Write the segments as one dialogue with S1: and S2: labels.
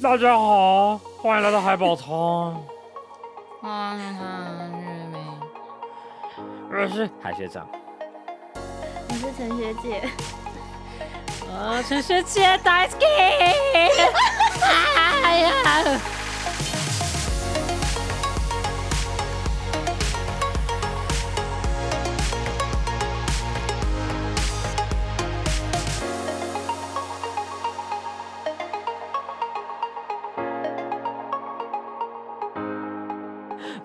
S1: 大家好，欢迎来到海宝仓，
S2: 啊，日美，
S1: 我呃是海学长。
S3: 你是陈学姐，
S2: 啊，陈学姐大好き。哎呀，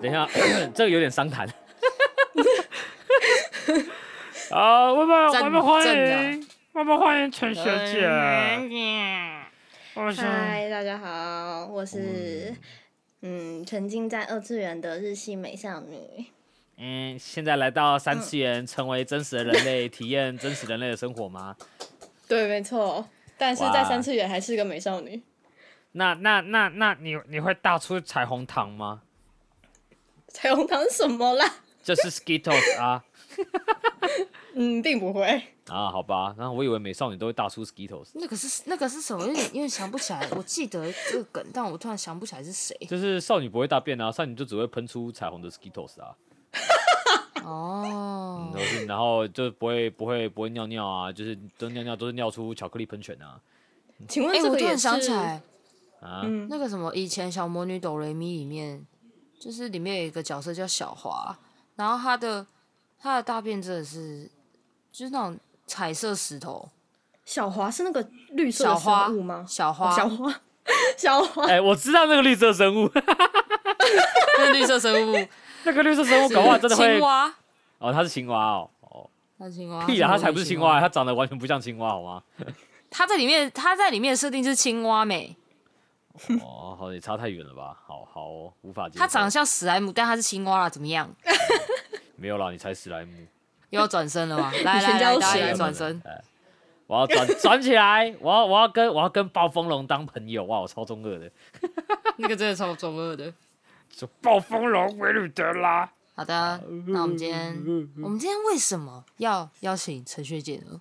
S1: 等一下，这个有点伤谈。啊，我们
S2: 赞
S1: 我们欢
S2: 赞
S1: 迎我们欢迎陈学姐，
S2: 姐，
S1: 我是
S4: 嗯
S3: 嗨，大家好，我是嗯沉浸在二次元的日系美少女，
S1: 嗯，现在来到三次元，成为真实的人类，体验真实人类的生活吗？
S4: 对，没错。但是
S1: 哇
S4: 在三次元还是个美少女，
S1: 那那那那你你会大出彩虹糖吗？
S4: 彩虹糖是什么啦？
S1: 就是 Skittles 啊
S4: 嗯，并不会。
S1: 啊，好吧，然后我以为美少女都会大出 Skittles，
S2: 那个是那个是什么？有点有点想不起来，我记得这个梗，但我突然想不起来是谁。
S1: 就是少女不会大便啊，少女就只会喷出彩虹的 Skittles 啊。
S2: 哦
S1: 然，后是，然后就不会不会不会尿尿啊，就是都尿尿都是尿出巧克力喷泉啊
S4: 请问
S2: 哎，
S4: 这
S2: 我
S4: 个
S2: 突
S4: 也
S2: 然
S4: 是？
S2: 想起来，
S1: 啊！
S4: 嗯，
S2: 那个什么，以前《小魔女哆瑞咪》里面，就是里面有一个角色叫小华，然后她的她的大便真的是就是那种彩色石头，
S4: 小华是那个绿色
S2: 小
S4: 的
S2: 花
S4: 生物吗？
S2: 小
S4: 哦
S2: 花，
S4: 小花， 小花。
S1: 哎、我知道那个绿色生物，
S2: 那是绿色生物，
S1: 那个绿色生物搞不好真的会
S2: 青蛙，啊
S1: 哦，它是青蛙哦，哦
S2: 它是青蛙，
S1: 屁
S2: 是
S1: 啊，它
S2: 魔
S1: 才
S2: 女
S1: 不是青
S2: 青
S1: 蛙，，它长得完全不像青蛙好吗？
S2: 它在里面它在里面的设定是青蛙美，
S1: 哦，好，也差太远了吧？好好、哦，无法接受。
S2: 它长得像史莱姆，但它是青蛙啦，怎么样？
S1: 没有啦，你才史莱姆，
S2: 又要转身 了吗？来
S4: 你全
S2: 来
S4: 家
S2: 来，
S4: 都
S2: 大
S4: 史
S2: 家
S4: 莱
S2: 也
S4: 姆
S2: 转身，
S1: 哎我要转转起来，我要我要跟我要跟暴风龙当朋友，哇，我超中二的，
S2: 那个真的超中二的。
S1: 就暴风龙维鲁德拉。
S2: 好的，那我们 今天，我们今天为什么要邀请陈学姐呢？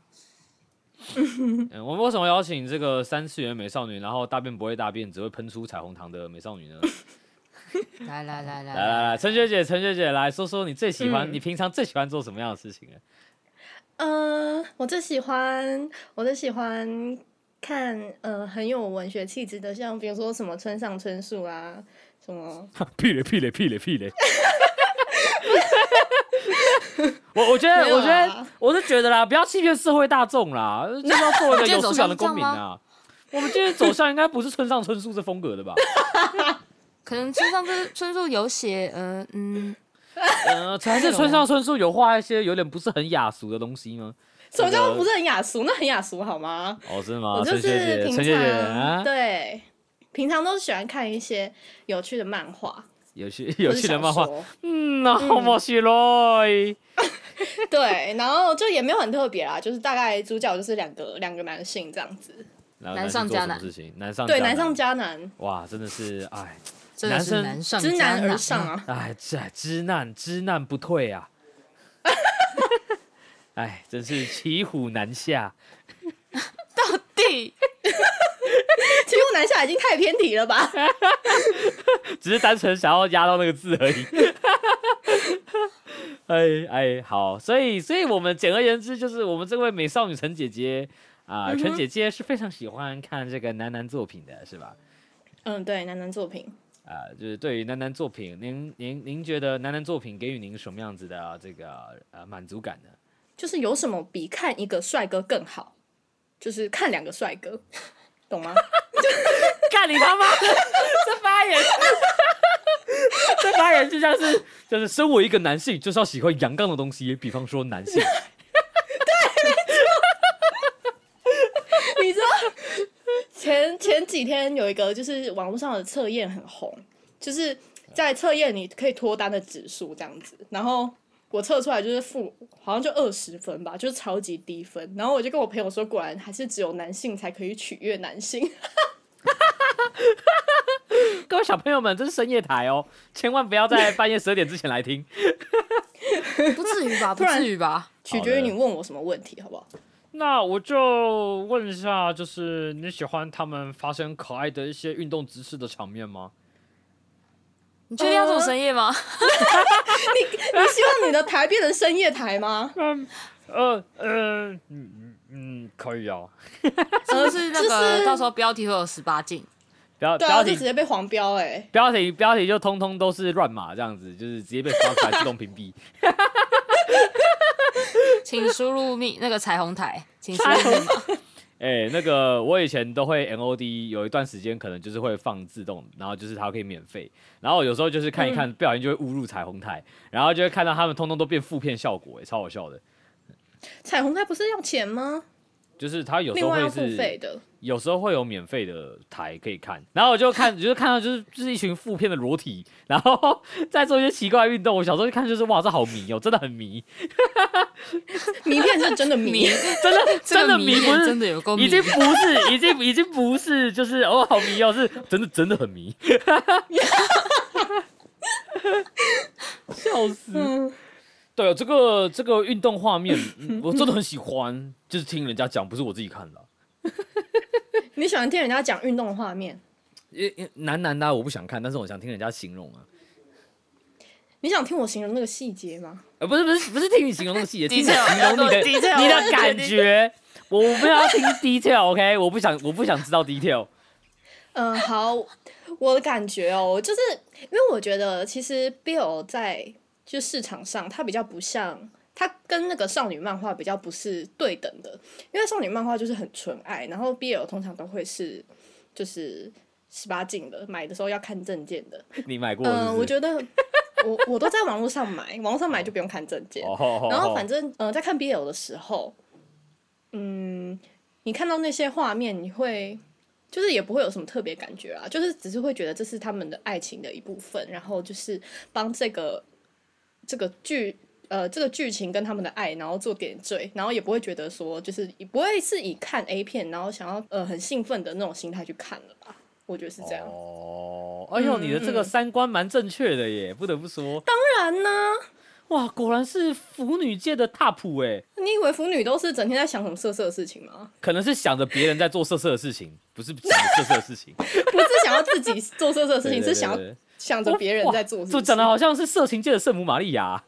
S1: 嗯，我们为什么邀请这个三次元美少女，然后大便不会大便，只会喷出彩虹糖的美少 女呢？
S2: 来来来来
S1: 来来来，陈学姐，陈学姐来说说你最喜
S4: 嗯
S1: 欢，你平常最喜欢做什么样的事情啊？
S4: 呃，我最喜欢，我最喜欢看呃很有文学气质的，像比如说什么村上春树啊，什么
S1: 屁嘞屁嘞屁嘞屁嘞！ 我我觉得
S4: 没，有
S1: 我觉得
S4: 啊，
S1: 我是觉得啦，不要欺骗社会大众啦，就是要做一个有素养的公民啊。我们今天走向应该不是村上春树这风格的 吧？
S2: 可能村上春春树有写，嗯嗯，
S1: 呃，还是村上春树有画一些有点不是很雅俗的东西吗？
S4: 什么
S1: 那
S4: 叫
S1: 个
S4: 不是很雅俗？那很雅俗好吗？
S1: 哦，是吗？
S4: 我就
S1: 陈学
S4: 是
S1: 姐，
S4: 平
S1: 陈学姐啊
S4: 常，对，平常都喜欢看一些有趣的漫画，
S1: 有趣有趣的漫
S4: 或
S1: 画
S4: 是，小说
S1: 嗯，那面白い。
S4: 对，然后就也没有很特别啦，就是大概主角就是两个两个男性这样子，
S1: 然后
S2: 难
S1: 男
S2: 上
S1: 生做
S2: 加
S1: 什么
S2: 难
S1: 事情？难上
S4: 对，
S1: 加
S4: 难上加难，
S1: 哇，真的是哎
S2: 真的
S1: 男
S2: 是
S1: 生
S2: 难上
S4: 知
S2: 加
S4: 难而上
S2: 啊。
S4: 啊。
S1: 哎这知难知难不退啊！ 哎，真是骑虎难下。
S2: 对，
S4: 其实我南下已经太偏题了吧？
S1: 只是单纯想要压到那个字而已。 哎哎，好，所以所以我们简而言之就是，我们这位美少女陈姐姐啊，
S4: 嗯
S1: 陈、姐姐是非常喜欢看这个男男作品的，是吧？
S4: 嗯，对，男男作品，
S1: 啊、就是对于男男作品，您您您觉得男男作品给予您什么样子的这个呃满足感呢？
S4: 就是有什么比看一个帅哥更好？就是看两个帅哥，懂吗？
S1: 干你他妈的！这发言， 这发言就像是就是身为一个男性，就是要喜欢阳刚的东西，比方说男 性。
S4: 你知道 前前几天有一个就是网络上的测验很红，就是在测验你可以脱单的指数这样子，然后我测出来就是负好像就二十分吧，就是超级低分。然后我就跟我朋友说，果然还是只有男性才可以取悦 男性。
S1: 各位小朋友们，这是深夜台哦，千万不要在半夜十二点之前来听。
S2: 不至于吧？不
S4: 然
S2: 至于吧？
S4: 取决于你问我什么问题，好不好？
S1: 那我就问一下，就是你喜欢他们发生可爱的一些运动姿势的场面吗？
S2: 你确定要走深夜吗？
S1: 啊
S4: 你希望你的台变成深夜台吗？
S1: 嗯，呃，呃，嗯嗯嗯，可以啊，
S2: 是不是那
S4: 呃就
S2: 个
S4: 是
S2: 到时候标题会有十八禁？
S1: 不要不
S4: 对
S1: 要
S4: 啊，就
S1: 停
S4: 直接被黄标哎、
S1: 标题标题就通通都是乱码，这样子就是直接被刷出来自动屏蔽。
S2: 请输入密那个彩虹台，请输入密码。
S1: 哎、那个我以前都会 NOD，有一段时间可能就是会放自动，然后就是它可以免费，然后有时候就是看一看，不小心就会误入彩虹台，然后就会看到他们通通都变负片效果、哎，超好笑的。
S4: 彩虹台不是要钱吗？
S1: 就是它有时
S4: 另
S1: 候
S4: 外
S1: 会
S4: 要付费
S1: 是，
S4: 的。
S1: 有时候会有免费的台可以看，然后我就看， 就是看到就是就是一群负片的裸体，然后在做一些奇怪的运动。我小时候一看就是哇，这好迷哦，真的很迷，
S4: 迷片是真的 迷，
S1: 真的
S2: 这
S1: 真
S2: 个
S1: 的
S2: 迷
S1: 迷，不
S2: 恋
S1: 是
S2: 真的有够
S1: 已
S2: 迷
S1: 经，不是，已经已经不是，就是哦，好迷哦，是真的真的很迷， 笑死。
S4: 嗯，
S1: 对，啊这个这个运动画面，嗯我真的很喜欢，就是听人家讲，不是我自己看的啊。
S4: 你喜欢听人家讲运动的画面，
S1: 也也男男的啊我不想看，但是我想听人家形容啊。
S4: 你想听我形容那个细节吗？
S1: 呃，不是不是不是听你形容那个细节，听你形
S2: Detail，
S1: 容你的
S2: 要做 detail，
S1: 你
S2: 我
S1: 的
S2: 就
S1: 感
S2: 决定
S1: 觉。我我不要听 detail，OK？、我不想我不想知道 detail。
S4: 嗯，好，我的感觉哦，就是因为我觉得其实 Bill 在就市场上，它比较不像，它跟那个少女漫画比较不是对等的，因为少女漫画就是很纯爱，然后 Bill 通常都会是就是十八禁的，买的时候要看证件的。
S1: 你买过是不是？
S4: 嗯，我觉得我我都在网络上买，网络上买就不用看证件。
S1: 哦
S4: 然后反正呃，在看 BL 的时候，嗯，你看到那些画面，你会就是也不会有什么特别感觉啊，就是只是会觉得这是他们的爱情的一部分，然后就是帮这个这个剧。呃，这个剧情跟他们的爱，然后做点缀，然后也不会觉得说，就是也不会是以看 A 片，然后想要呃很兴奋的那种心态去看了吧？我觉得是这样。
S1: 哦，哎呦，你的这个
S4: 嗯嗯
S1: 三观蛮正确的耶，不得不说，
S4: 当然呢、
S1: 哇，果然是腐女界的 top 哎，
S4: 你以为腐女都是整天在想什么色色的事情吗？
S1: 可能是想着别人在做色色的事情，不是自己色色的事 情，
S4: 不是想要自己做色色的事
S1: 对
S4: 情，
S1: 对对
S4: 是想
S1: 对
S4: 要
S1: 对
S4: 想着别人在做事
S1: 就
S4: 情。
S1: 讲的好像是色情界的圣母玛利 亚，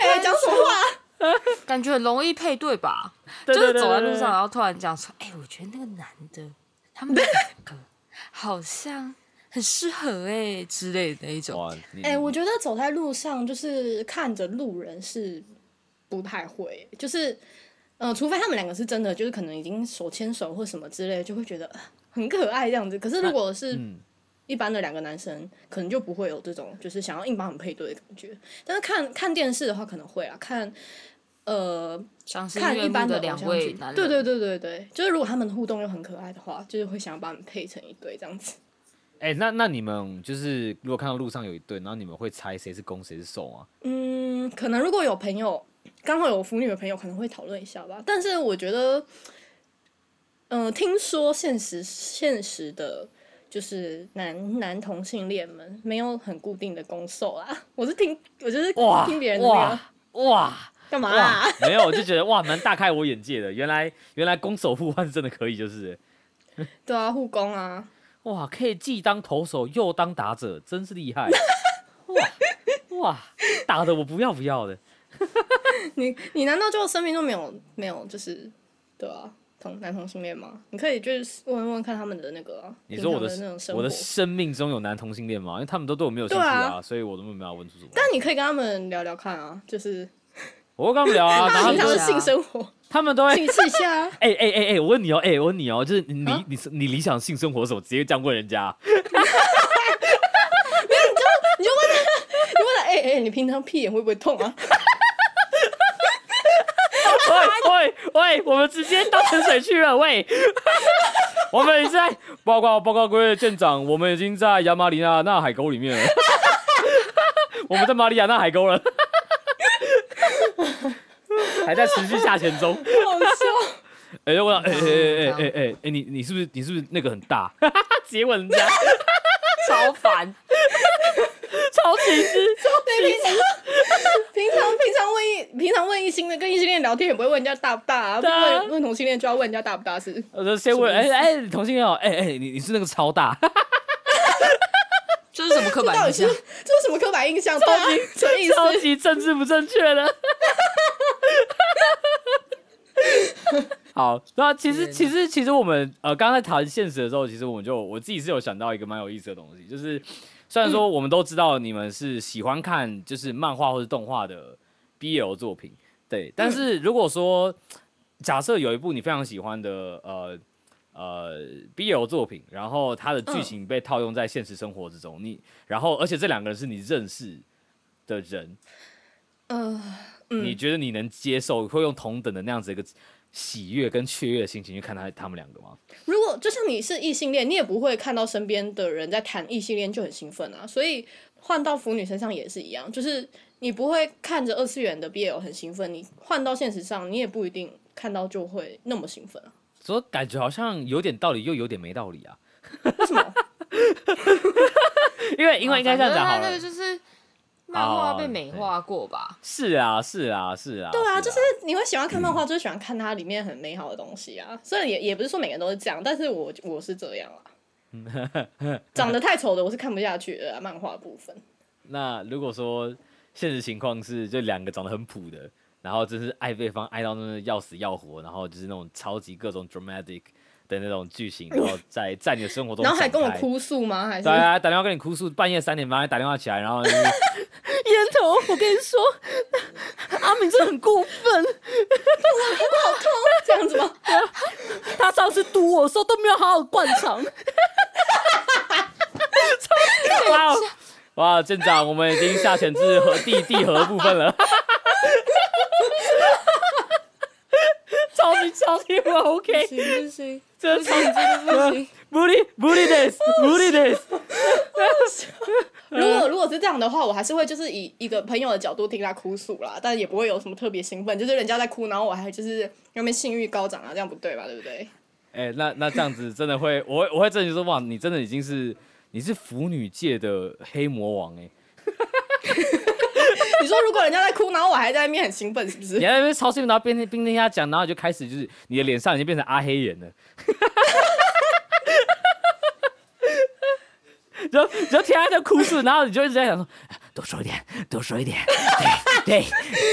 S4: 哎，讲什么话？
S2: 感觉很容易配对吧？
S1: 对
S2: 就是
S1: 对对
S2: 走在路
S1: 对
S2: 上，
S4: 啊
S2: 然后突然讲说：“哎、我觉得那个男的，他们两个好像很适合哎、之类的那一种。
S1: 哇，你
S4: 哎，我觉得走在路上就是看着路人是不太会，就是呃，除非他们两个是真的，就是可能已经手牵手或什么之类，就会觉得呃很可爱这样子。可是如果是
S1: 嗯，
S4: 一般的两个男生，可能就不会有这种就是想要硬帮他们配对的感觉。但是看看电视的话，可能会啊，看呃
S2: 像是
S4: 看
S2: 悦
S4: 一
S2: 目
S4: 般
S2: 的
S4: 偶
S2: 两
S4: 像
S2: 位
S4: 剧
S2: 男人，
S4: 对对对对对，就是如果他们互动又很可爱的话，就是会想要把你们配成一对这样子。
S1: 哎，那那你们就是如果看到路上有一对，然后你们会猜谁是攻谁是受吗？
S4: 嗯，可能如果有朋友刚好有腐女的朋友，可能会讨论一下吧。但是我觉得，呃，听说现实现实的。就是男男同性恋们没有很固定的攻受啦，我是听我就是
S1: 哇
S4: 听别人的那个
S1: 哇哇
S4: 干嘛、啊
S1: 哇，，没有，我就觉得哇，蛮大开我眼界的，原来原来攻守互换是真的可以，就是
S4: 对啊，护工啊，
S1: 哇，可以既当投手又当打者，真是厉害！哇哇，打的我不要不要的。
S4: 你你难道就生命中没有没有就是对啊同男同性恋吗？你可以就是问问看他们的那个啊、
S1: 你说我的
S4: 平常那种生
S1: 我
S4: 活
S1: 的，生命中有男同性恋吗？因为他们都对我没有兴趣
S4: 对
S1: 啊，所以我都没有要问出什么。
S4: 但你可以跟他们聊聊看啊，就是
S1: 我会跟他们聊啊，然
S4: 他
S1: 后
S4: 们
S1: 他
S4: 平常
S1: 们
S4: 的
S1: 就
S4: 性生活，
S1: 他们都会。
S4: 性气 下啊
S1: 哎哎哎哎，我问你哦，哎、我问你哦，就是你理、
S4: 啊
S1: 你你理想性生活什么，直接这样问人家，啊
S4: 你问他，哎、哎、你平常屁眼会不会痛啊？
S1: 喂喂喂，我们直接到沉水区了，喂。 我们已经在报告报告各位舰长，我们已经在亚马里亚纳海沟里面了。 我们在马里亚纳海沟了， 还在持续下潜中。
S4: 好笑。
S1: 哎、就问他，哎哎哎哎哎哎，你你是不是 你是不是那个很大？直接问人家，
S2: 超烦。
S1: 超 超歧视，
S4: 对，平常平常平常问异平常问异性的跟异性恋聊天也不会问人家大不大、啊，
S1: 对啊
S4: 问问同性恋就要问人家大不大是？
S1: 我就先问，哎哎，你同性恋哦，哎哎，你你是那个超大，
S2: 这是什么刻
S4: 到
S2: 板
S4: 底
S2: 印
S4: 是
S2: 象
S4: 这？是什么刻板印象？对啊，什么意思？
S1: 超级政治不正确的。好，那其实
S2: 天哪
S1: 其实其实我们呃刚刚在谈现实的时候，其实我们就我自己是有想到一个蛮有意思的东西，就是虽然说
S2: 嗯
S1: 我们都知道你们是喜欢看就是漫画或者动画的 BL 作品，对，
S2: 嗯
S1: 但是如果说假设有一部你非常喜欢的呃呃 BL 作品，然后它的
S2: 嗯
S1: 剧情被套用在现实生活之中，你然后而且这两个人是你认识的人，
S4: 呃，
S1: 你
S4: 嗯，
S1: 觉得你能接受会用同等的那样子一个喜悦跟雀跃的心情去看他他们两个吗？
S4: 如果就像你是异性恋，你也不会看到身边的人在谈异性恋就很兴奋啊。所以换到腐女身上也是一样，就是你不会看着二次元的 BL 很兴奋，你换到现实上，你也不一定看到就会那么兴奋啊。
S1: 所以感觉好像有点道理，又有点没道理啊。
S4: 为什么？ 哦
S1: 因为因为应该这样讲好
S2: 反正他那
S1: 了
S2: 个，就是漫画
S1: 哦
S2: 被美化过吧？
S1: 是啊是啊是啊，对
S4: 对啊，就是你会喜欢看 漫画，就是喜欢看它里面很美好的东西啊。虽然也也不是说每个人都是这样，但是我我是这样 啊。长得太丑的我是看不下去的、啊，漫画部 分。
S1: 那如果说现实情况是，就两个长得很普的，然后真是爱对方爱到真的要死要活，然后就是那种超级各种 dramatic 的那种剧情，然后在在你的生活中，
S4: 然后还跟我。哭诉吗？还是
S1: 对啊，打电话跟你哭诉，半夜三点半还打电话起来，然后就是
S5: 烟头，我跟你说，阿敏真的很过分，
S4: 这样子 吗？
S5: 他上次堵我的时候都没有好好灌肠，
S1: 哇哦哇，舰长，我们已经下潜至河地地核部分了，超级超级不 OK，
S2: 行不行？
S1: 这
S2: 不 行，真的不行。
S1: bully bully this bully this，
S4: 如果如果是这样的话，我还是会就是以一个朋友的角度听他哭诉啦，但也不会有什么特别兴奋，就是人家在哭，然后我还就是那边性欲高涨啊，这样不对吧？对 不对？
S1: 哎、那那这样子真的会，我会我会真的说，哇，你真的已经是你是腐女界的黑魔王哎、
S4: 你说如果人家在哭，然后我还在那边很兴奋，是不
S1: 你
S4: 是？
S1: 还在那边超兴奋，然后边听边听他讲，然后你就开始就是你的脸上已经变成阿黑人了。然后，然后听他在哭诉，然后你就一直在想说，多说一点，多说一点，对对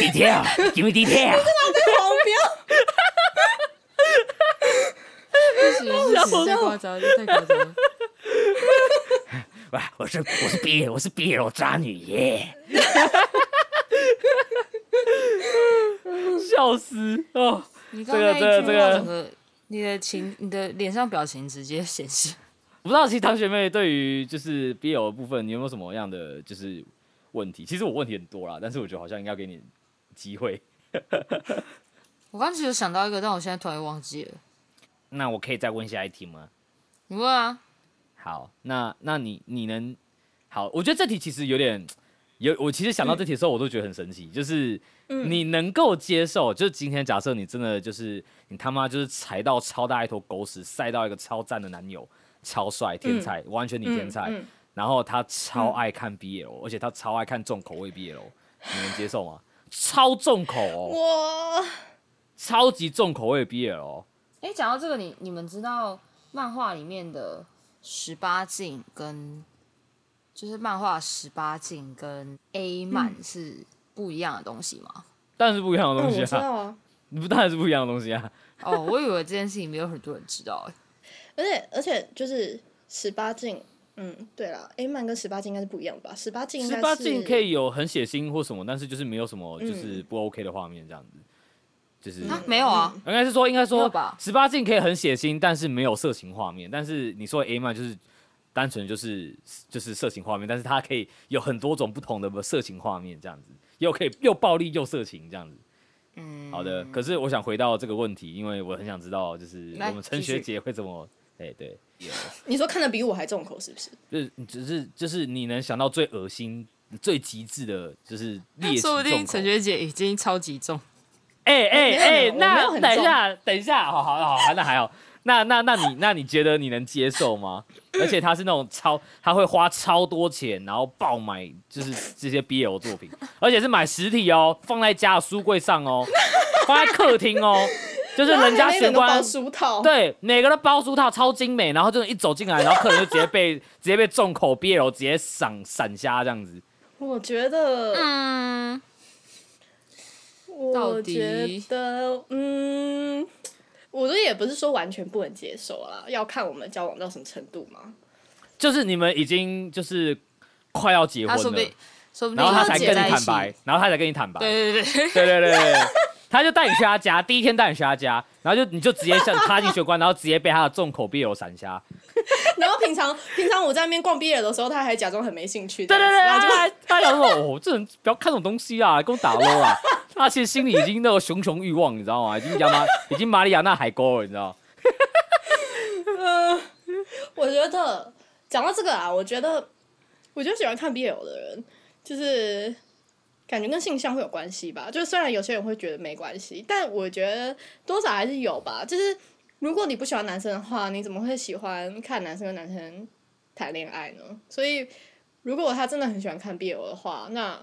S1: ，detail，give me detail。
S4: 好，不要。
S2: 不行，不行，太夸张了，太夸张了。
S1: 哇，我是我是 BL，我是 BL 渣女耶！ 笑死哦！
S2: 你
S1: 这
S2: 刚
S1: 个
S2: 才一
S1: 这个
S2: 句
S1: 这
S2: 话，
S1: 个
S2: 整个你的情，你的脸上表情直接显示。
S1: 我不知道，其实唐学妹对于就是 BL 的部分，你有没有什么样的就是问题？其实我问题很多啦，但是我觉得好像应该给你机会。
S2: 我刚才有想到一个，但我现在突然忘记了。
S1: 那我可以再问下一题吗？
S2: 你问啊，
S1: 好，那那你你能好？我觉得这题其实有点有，我其实想到
S4: 嗯
S1: 这题的时候，我都觉得很神奇，就是你能够接受，就是今天假设你真的就是你他妈就是踩到超大一坨狗屎，塞到一个超赞的男友，超帅天才，完全你天才，
S4: 嗯嗯嗯嗯
S1: 然后他超爱看 BL，、而且他超爱看重口味 BL，你能接受吗？超重口哦，
S4: 我
S1: 超级重口味 BL 哦。
S2: 哎、讲到这个，你你们知道漫画里面的十八禁跟就是漫画十八禁跟 A 漫是不一样的东西 吗？
S1: 当然是不一样的
S4: 嗯，
S1: 东西
S4: 我知
S1: 啊，
S4: 道啊。
S1: 你 不当然是不一样的东西啊。
S2: 哦，我以为这件事情没有很多人知道、欸，
S4: 而且而且就是十八禁，嗯，对啦 a 漫跟十八禁应该是不一样的吧？十八禁应该
S1: 十
S4: 是
S1: 八禁可以有很血腥或什么，但是就是没有什么就是不 OK 的画面这样子，就是
S2: 嗯啊，没有啊，
S1: 应该是说应该
S2: 没
S1: 说
S2: 有吧
S1: 十八禁可以很血腥，但是没有色情画面。但是你说的 A 漫就是单纯就是就是色情画面，但是它可以有很多种不同的色情画面这样子，又可以又暴力又色情这样子。
S2: 嗯，
S1: 好的，可是我想回到这个问题，因为我很想知道就是
S2: 来
S1: 我们陈
S2: 继续
S1: 学姐会怎么。哎，对，
S4: 你说看的比我还重口是不是？
S1: 就是只是就是你能想到最恶心、最极致的，就是猎奇
S2: 说不
S1: 重
S2: 定
S1: 口
S2: 陈学姐已经超级重，
S1: 哎哎
S4: 没有
S1: 哎，
S4: 没有我没有
S1: 那
S4: 很
S1: 等一
S4: 重
S1: 下，等一下，好好好，好那还好。那那那你那你觉得你能接受 吗？而且他是那种超，他会花超多钱，然后爆买，就是这些 BL 作品，而且是买实体哦，放在家的书柜上哦，放在客厅 哦，就是人家
S4: 选
S1: 玄
S4: 包
S1: 关
S4: 书套，
S1: 对，每个都包书套超精美，然后就是一走进来，然后客人就直接被 直接被重口 BL 直接闪闪瞎这样子。
S4: 我觉得，
S5: 嗯，
S4: 我
S2: 到
S4: 觉
S2: 底
S4: 得，嗯，我这也不是说完全不能接受啦，要看我们交往到什么程度嘛。
S1: 就是你们已经就是快要结
S2: 他
S1: 婚
S2: 说不
S1: 了
S2: 定，，说不定
S1: 然后他
S2: 要
S1: 才
S2: 结
S1: 跟
S2: 在
S1: 你
S2: 一
S1: 坦
S2: 起。
S1: 白，然后他才跟你坦白，
S2: 对对对，
S1: 对 对对对对他就带你去他家，第一天带你去他家，然后就你就直接像插进玄关，然后直接被他的重口 BL 闪瞎。
S4: 然后平常平常我在那边逛毕业的时候，他还假装很没兴趣这
S1: 对
S4: 样
S1: 对
S4: 子，
S1: 对，
S4: 然后就
S1: 他他想说，哦，这人不要看这种东西啊，跟我打 low 啊。他其实心里已经那个熊熊欲望，你知道吗？已经亚马，已经马里亚纳海沟了，你知道？
S4: 我觉得讲到这个啊，我觉得我就喜欢看 BL 的人，就是感觉跟性向会有关系吧。就是虽然有些人会觉得没关系，但我觉得多少还是有吧。就是如果你不喜欢男生的话，你怎么会喜欢看男生跟男生谈恋爱呢？所以如果他真的很喜欢看 BL 的话，那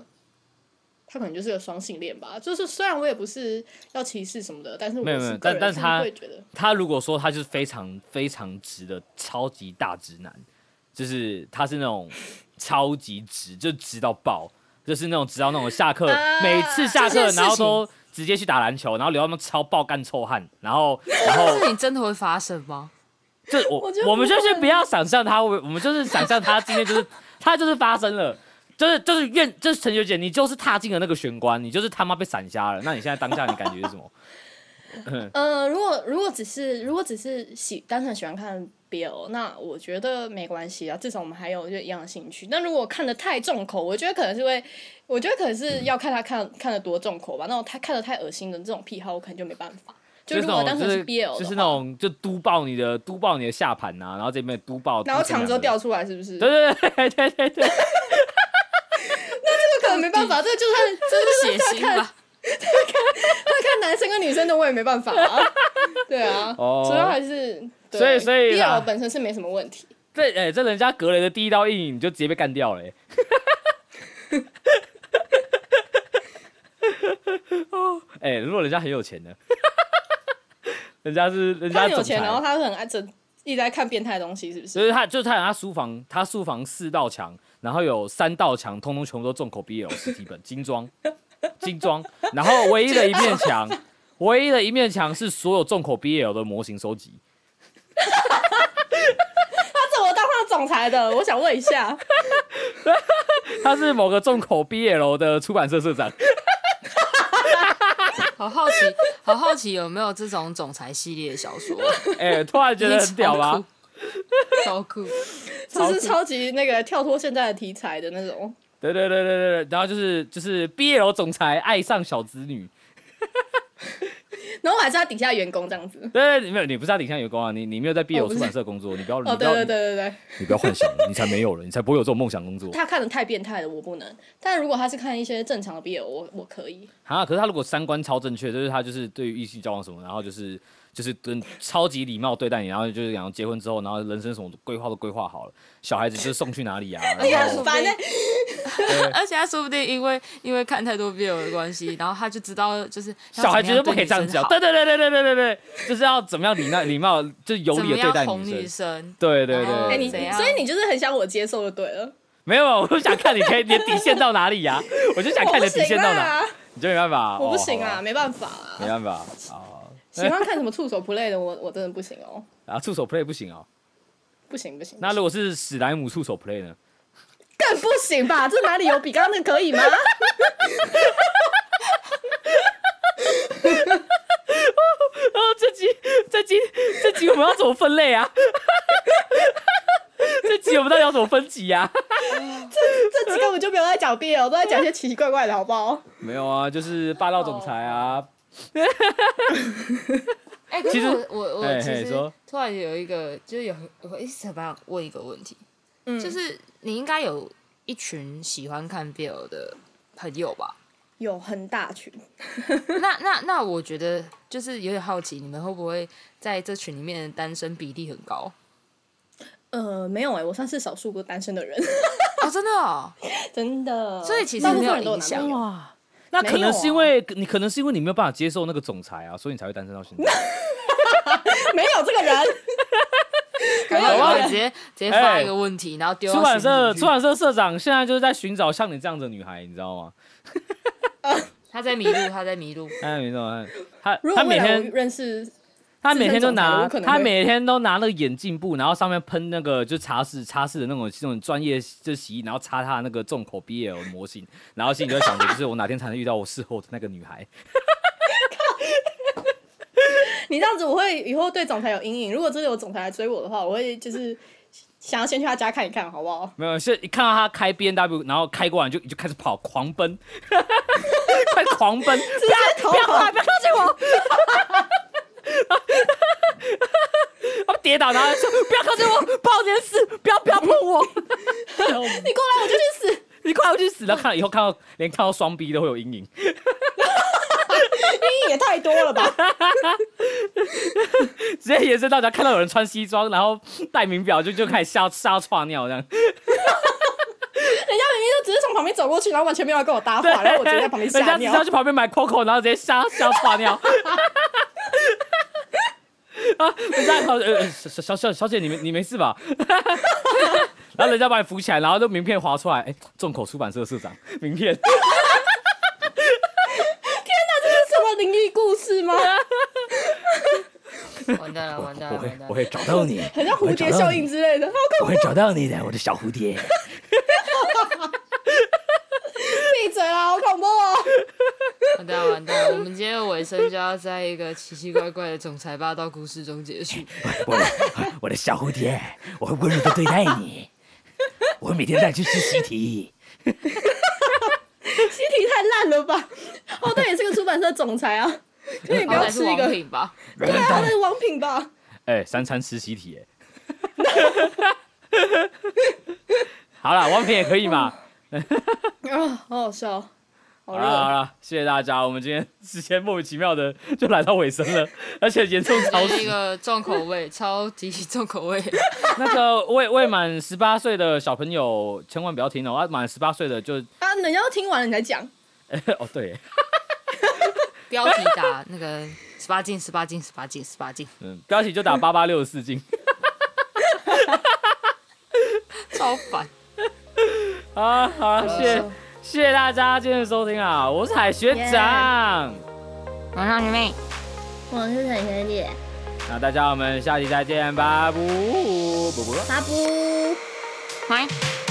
S4: 他可能就是个双性恋吧。就是虽然我也不是要歧视什么的，但是我
S1: 没有没有
S4: 是个
S1: 但
S4: 人
S1: 但是
S4: 是
S1: 他
S4: 会觉得。
S1: 他如果说他就是非常非常直的超级大直男，就是他是那种超级直，就直到爆，就是那种直到那种下课，
S4: 啊
S1: 每次下
S2: 这件
S1: 课
S2: 事情
S1: 然后都直接去打篮球，然后留他们超爆干臭汗，然后然后
S2: 那你真的会发生 吗？
S1: 就我
S4: 我觉得
S1: 我们
S4: 不
S1: 就
S4: 会
S1: 是不要想象他，我我们就是想象他今天就是他就是发生了。就是就是愿就是陈学姐，你就是踏进了那个玄关，你就是他妈被闪瞎了。那你现在当下你感觉是什么？
S4: 呃，如果如果只是如果只是喜单纯喜欢看 BL，那我觉得没关系啊，至少我们还有就一样的兴趣。但如果看的太重口，我觉得可能是会，我觉得可能是要看他看看的多重口吧。那种他看的太恶心的这种癖好，我可能就没办法。就如
S1: 是那
S4: 果
S1: 种
S4: 单
S1: 就
S4: 纯
S1: 是
S4: BL，的
S1: 就是那
S4: 话
S1: 种就嘟爆你的嘟爆你的下盘呐、然后这边嘟爆，
S4: 然后肠子都
S1: 掉。
S4: 掉出来，是不是？
S1: 对对对对对对，
S4: 这个可能没办法，这个就算
S2: 这是血腥吧？
S4: 看男生跟女生的，我也没办法啊。对啊，
S1: 哦
S4: 所以还是对
S1: 所以所以啦
S4: BL 本身是没什么问题。
S1: 这哎、这人家格雷的第一道阴影就直接被干掉了、欸。 哦，哎、如果人家很有钱呢， 人家是人家
S4: 他很
S1: 总
S4: 有钱，
S1: 裁
S4: 然后他很爱整一直在看变态的东西，是不是
S1: 就？是他，就是他有他书房，他书房四道墙，然后有三道墙，通通全部都重口 BL 实体本精装，精装，然后唯一的一面墙，唯一的一面墙是所有重口 BL 的模型收集。
S4: 怎么当上总裁的？我想问 一下，
S1: 他是某个重口 BL 的出版社社长，
S2: 好好奇，好好奇有没有这种总裁系列的小说？
S1: 哎、突然 觉得很屌
S2: 超
S1: 吧
S2: 酷？？超酷！
S4: 这是超级那个跳脱现在的题材的那种。
S1: 对对对对对对，然后就是就是 BL 总裁爱上小子女，
S4: 然后我还是他底下员工这样子。
S1: 对，对没有你不是他底下有工啊，你你没有在 BL
S4: 哦不
S1: 出
S4: 是
S1: 版社工作，你不要
S4: 哦，
S1: 你不
S4: 对
S1: 要
S4: 对对对对，
S1: 你不要幻想，你才没有了，你才不会有这种梦想工作。
S4: 他看的太变态了，我不能。但如果他是看一些正常的 BL，我我可以。
S1: 啊，可是他如果三观超正确，就是他就是对于异性交往什么，然后就是就是跟超级礼貌对待你，然后就是然后结婚之后，然后人生什么规划都规划好了，小孩子就是送去哪里啊，然后
S4: 很烦呢、欸
S2: 而且他说不定因为因为看太多 BL 的关系，然后他就知道就是
S1: 小孩绝对不可以这样啊
S2: 讲
S1: 讲，，对对对对对对对对，就是要怎么样礼貌礼貌，就是有
S2: 怎
S1: 礼
S2: 么
S1: 的对待
S2: 样哄
S1: 女
S2: 女
S1: 生。
S2: 生？
S1: 对对
S2: 哦
S1: 对
S4: 哎，
S1: 对
S4: 你
S2: 怎
S1: 对，
S2: 样
S4: 所以你就是很想我接受就对了。
S1: 没有，我不想看你可以你的底线到哪里呀、我就想
S4: 我
S1: 看你
S4: 不
S1: 的底
S4: 行
S1: 线到哪，
S4: 啊，
S1: 你就没办法，
S4: 我
S1: 哦
S4: 不行
S1: 好
S4: 啊，
S1: 吧
S4: 没办法
S1: 没
S4: 啊。
S1: 办法啊
S4: 喜欢看什么触手 play 的，我我真的不行哦，
S1: 啊，触手 play 不行哦，
S4: 不行不行。
S1: 那如果是史莱姆触手 play 呢？
S4: 更不行吧？这哪里有比刚刚那个可以吗？
S1: 哦，这集这集这集我们要怎么分类啊？这集我们到底要怎么分级呀、啊？
S4: 这集根本就没有在讲 BL，都在讲一些奇奇怪怪的，好不好？
S1: 没有啊，就是霸道总裁 啊，
S2: 哎、可
S1: 其
S2: 是
S1: 实
S2: 我我
S1: 嘿
S2: 我其
S1: 嘿
S2: 实
S1: 说
S2: 突然有一个，就是有我一直想办法问一个问题，
S4: 嗯，
S2: 就是你应该有一群喜欢看 BL 的朋友吧？
S4: 有很大群，
S2: 那那那，我觉得就是有点好奇，你们会不会在这群里面单身比例很 高？
S4: 呃，没有哎、我算是少数个单身的人，
S2: 哦，真的哦，
S4: 真的。
S2: 所以其实
S4: 大部
S2: 没有
S4: 分人都有
S2: 影
S4: 男
S2: 响
S4: 朋友。
S5: 哇，
S1: 那可
S4: 没有
S1: 能是因为、你可能是因为你没有办法接受那个总裁啊，所以你才会单身到现在。
S4: 没有这个人，
S2: 感觉
S4: 啊
S2: 我会直接直接发
S1: 哎
S2: 一个问题，然后丢到
S1: 出版
S2: 群组
S1: 社
S2: 去
S1: 出版社社长现在就是在寻找像你这样的女孩，你知道吗？
S2: 他在迷路，他在迷路。
S1: 哎，没错，他
S4: 如
S1: 他
S4: 果
S1: 每
S4: 未来我
S1: 天
S4: 认识，
S1: 他每天都
S4: 资深总裁
S1: 拿
S4: 我可能
S1: 他
S4: 会
S1: 每天都拿那个眼镜布，然后上面喷那个就擦拭擦拭的那种这种专业就洗衣，然后擦他的那个重口 BL 模型，然后心里就在想着，就是我哪天才能遇到我适合我的那个女孩？
S4: 你这样子我会以后对总裁有阴影。如果真的有总裁来追我的话，我会就是想要先去他家看一看，好不好？
S1: 没有，是一看到他开 B N W，然后开过来就就开始跑，狂奔， 快狂奔，
S4: 直接逃跑，
S5: 不要靠近我！
S1: 他们跌倒，然后就说
S5: 不要靠近我！不好意思，不要不要碰我！
S4: 你过来我就去死，
S1: 你快要去死了，看以后看到连看到双 B 都会有阴影。
S4: 阴影也太多了吧？
S1: 直接延伸到家，看到有人穿西装，然后戴名表，就就开始瞎瞎窜尿这样。
S4: 人家明明就只是从旁边走过去，然后完全没有要跟我搭话，然后我就在旁
S1: 人
S4: 边吓
S1: 家只是要
S4: 尿。
S1: 去旁边买 Coco，然后直接瞎瞎窜尿。 啊！人家好，呃，小小小小姐，你没你没事吧？ 然后人家把你扶起来，然后就名片划出来，哎、众口出版社社长名 片。
S4: 这是什么灵异故事吗？
S1: 啊
S2: 完蛋了，完蛋
S1: 我
S2: 了，
S1: 会
S2: 完蛋
S1: 我
S2: 了！
S1: 会找到你，
S4: 很像蝴蝶效应之类的，好恐
S1: 我会找到你的，我的小蝴蝶。
S4: 闭嘴啦，好恐怖哦！
S2: 完蛋了，完蛋了！我们今天的尾声就要在一个奇奇怪怪的总裁霸道故事中结 束。
S6: 我的我的小蝴蝶，我会温柔的对待你，我会每天带你去吃习题。
S4: 西提太烂了吧？哦，但也是个出版社总裁啊， 可以不
S2: 好
S4: 要
S2: 歹是
S4: 吃一个
S2: 王，品吧？
S4: 对啊，那是王品吧？
S1: 哎、三餐吃习题、哎。 好了，王品也可以嘛。
S4: 啊，好好笑哦，好
S1: 好
S4: 热
S1: 了好
S4: 哦。
S1: 了，谢谢大家，我们今天时间莫名其妙的就来到尾声了，而且严重超
S2: 这 是一
S1: 时。
S2: 个重口味，超级重口味。
S1: 那个未未满十八岁的小朋友千万不要听哦，啊，满十八岁的就、
S4: 啊，人家都听完了你才讲，
S1: 哦对，
S2: 标题打那个十八禁，十八禁，十八禁，十八禁，
S1: 嗯，标题就打八八六十四斤。
S2: 超烦。
S1: 好 啊好啊，谢谢谢谢大家今天的收听啊，我是海学长
S2: 晚上学妹。
S3: 我是陈学姐，
S1: 那大家我们下期再见吧，不不不。
S3: 阿布。
S2: Bye.